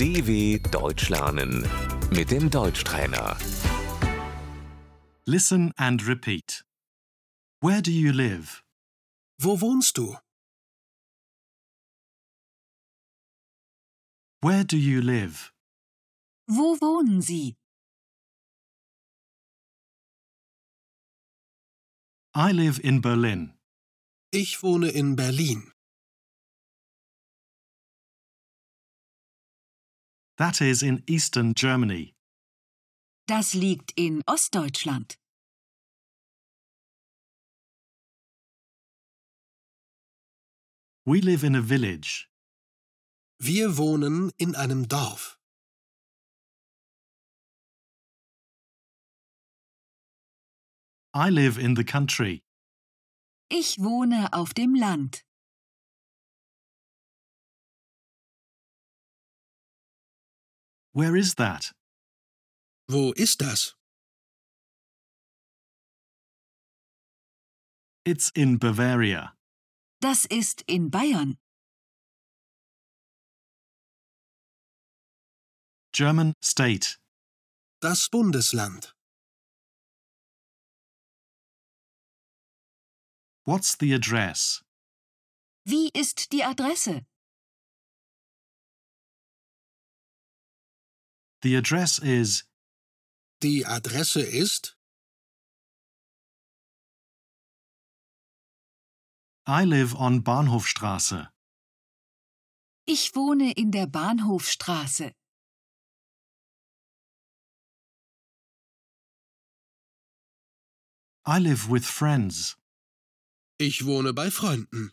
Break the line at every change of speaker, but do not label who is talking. DW Deutsch lernen mit dem Deutschtrainer.
Listen and repeat. Where do you live?
Wo wohnst du?
Where do you live?
Wo wohnen Sie?
I live in Berlin.
Ich wohne in Berlin.
That is in eastern Germany.
Das liegt in Ostdeutschland.
We live in a village.
Wir wohnen in einem Dorf.
I live in the country.
Ich wohne auf dem Land.
Where is that?
Wo ist das?
It's in Bavaria.
Das ist in Bayern.
German state.
Das Bundesland.
What's the address?
Wie ist die Adresse?
The address is
Die Adresse ist
I live on Bahnhofstrasse.
Ich wohne in der Bahnhofstraße.
I live with friends.
Ich wohne bei Freunden.